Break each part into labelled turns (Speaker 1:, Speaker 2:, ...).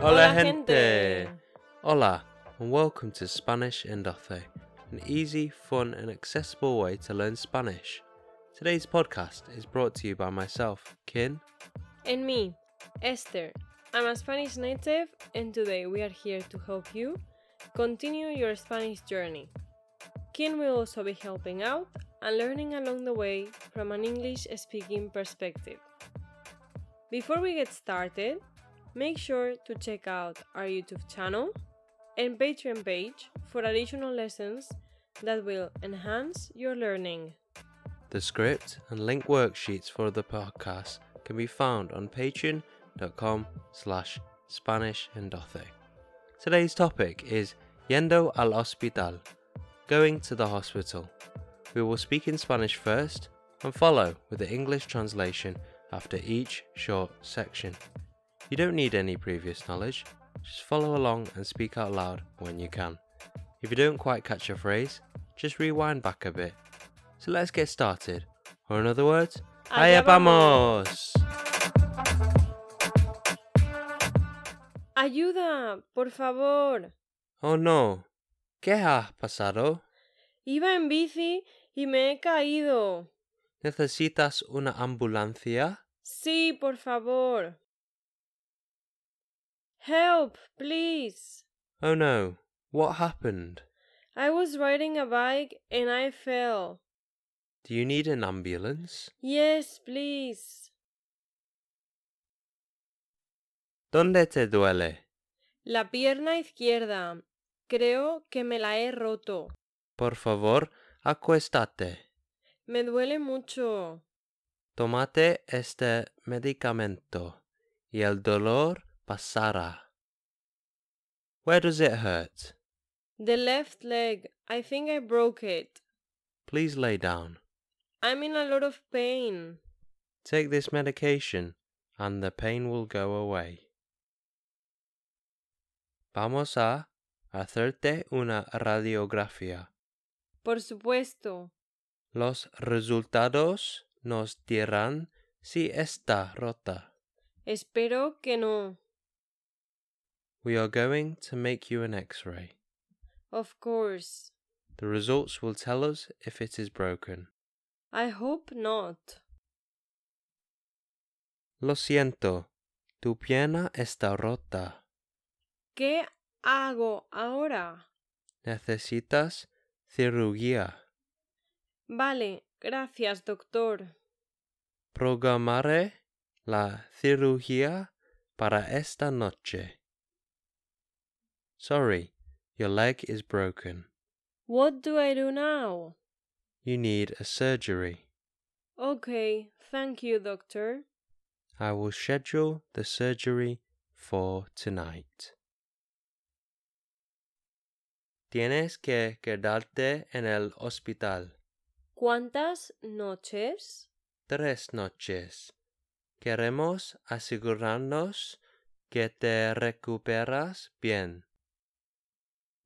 Speaker 1: Hola, gente. Hola, and welcome to Spanish en Doce, an easy, fun, and accessible way to learn Spanish. Today's podcast is brought to you by myself, Kin.
Speaker 2: And me, Esther. I'm a Spanish native, and today we are here to help you continue your Spanish journey. Kin will also be helping out and learning along the way from an English speaking perspective. Before we get started, make sure to check out our YouTube channel and Patreon page for additional lessons that will enhance your learning.
Speaker 1: The script and link worksheets for the podcast can be found on patreon.com slash Spanish and Dothe. Today's topic is Yendo al Hospital, going to the hospital. We will speak in Spanish first and follow with the English translation after each short section. You don't need any previous knowledge, just follow along and speak out loud when you can. If you don't quite catch a phrase, just rewind back a bit. So let's get started. Or in other words,
Speaker 2: Allá
Speaker 1: allá vamos!
Speaker 2: Ayuda, por favor.
Speaker 1: Oh no, ¿qué ha pasado?
Speaker 2: Iba en bici y me he caído.
Speaker 1: ¿Necesitas una ambulancia?
Speaker 2: Sí, por favor. Help, please.
Speaker 1: Oh no, what happened?
Speaker 2: I was riding a bike and I fell.
Speaker 1: Do you need an ambulance?
Speaker 2: Yes, please.
Speaker 1: ¿Dónde te duele?
Speaker 2: La pierna izquierda. Creo que me la he roto.
Speaker 1: Por favor, acuéstate.
Speaker 2: Me duele mucho.
Speaker 1: Tomate este medicamento y el dolor pasará. Where does it hurt?
Speaker 2: The left leg. I think I broke it.
Speaker 1: Please lay down.
Speaker 2: I'm in a lot of pain.
Speaker 1: Take this medication and the pain will go away. Vamos a hacerte una radiografía.
Speaker 2: Por supuesto.
Speaker 1: Los resultados nos dirán si está rota.
Speaker 2: Espero que no.
Speaker 1: We are going to make you an x ray.
Speaker 2: Of course.
Speaker 1: The results will tell us if it is broken.
Speaker 2: I hope not.
Speaker 1: Lo siento, tu pierna está rota.
Speaker 2: ¿Qué hago ahora?
Speaker 1: Necesitas cirugía.
Speaker 2: Vale, gracias, doctor.
Speaker 1: Programaré la cirugía para esta noche. Sorry, your leg is broken.
Speaker 2: What do I do now?
Speaker 1: You need a surgery.
Speaker 2: Okay, thank you, doctor.
Speaker 1: I will schedule the surgery for tonight. Tienes que quedarte en el hospital.
Speaker 2: ¿Cuántas noches?
Speaker 1: tres noches. Queremos asegurarnos que te recuperas bien.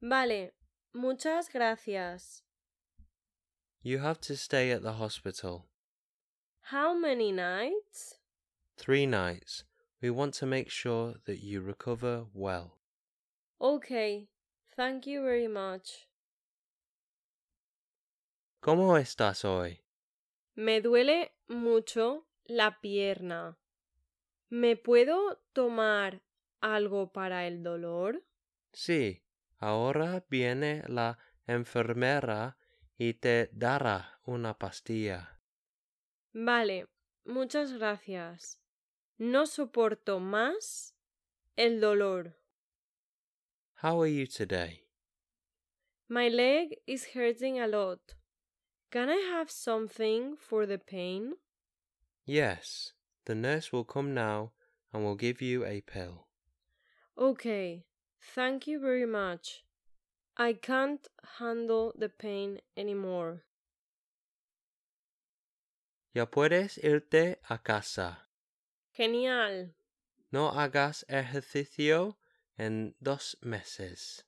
Speaker 2: Vale, muchas gracias.
Speaker 1: You have to stay at the hospital.
Speaker 2: How many nights?
Speaker 1: Three nights. We want to make sure that you recover well.
Speaker 2: Okay, thank you very much.
Speaker 1: ¿Cómo estás hoy?
Speaker 2: Me duele mucho la pierna. ¿Me puedo tomar algo para el dolor?
Speaker 1: Sí, ahora viene la enfermera y te dará una pastilla.
Speaker 2: Vale, muchas gracias. No soporto más el dolor.
Speaker 1: How are you today?
Speaker 2: My leg is hurting a lot. Can I have something for the pain?
Speaker 1: Yes, the nurse will come now and will give you a pill.
Speaker 2: Okay, thank you very much. I can't handle the pain anymore.
Speaker 1: Ya puedes irte a casa.
Speaker 2: Genial.
Speaker 1: No hagas ejercicio en dos meses.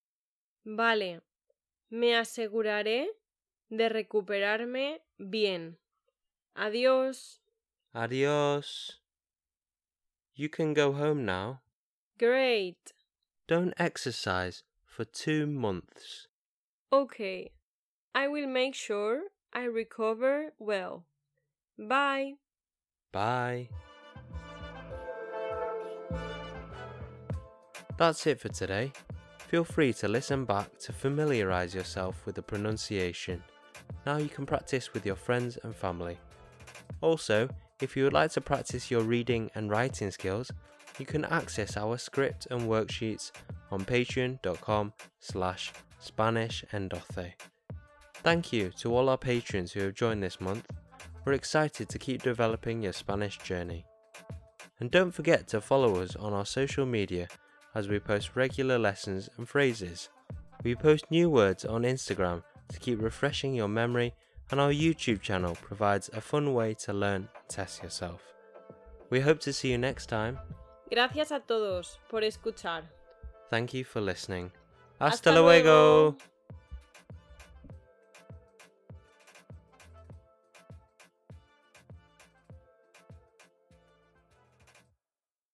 Speaker 2: Vale. Me aseguraré de recuperarme bien. Adiós.
Speaker 1: Adios. You can go home now.
Speaker 2: Great.
Speaker 1: Don't exercise for two months.
Speaker 2: Okay. I will make sure I recover well. Bye.
Speaker 1: Bye. That's it for today. Feel free to listen back to familiarise yourself with the pronunciation. Now you can practice with your friends and family. Also, if you would like to practice your reading and writing skills, you can access our script and worksheets on patreon.com slash spanishendoce. Thank you to all our patrons who have joined this month. We're excited to keep developing your Spanish journey. And don't forget to follow us on our social media as we post regular lessons and phrases. We post new words on Instagram to keep refreshing your memory, and our YouTube channel provides a fun way to learn and test yourself. We hope to see you next time.
Speaker 2: Gracias a todos por escuchar.
Speaker 1: Thank you for listening. Hasta,
Speaker 2: Hasta
Speaker 1: luego.
Speaker 2: luego.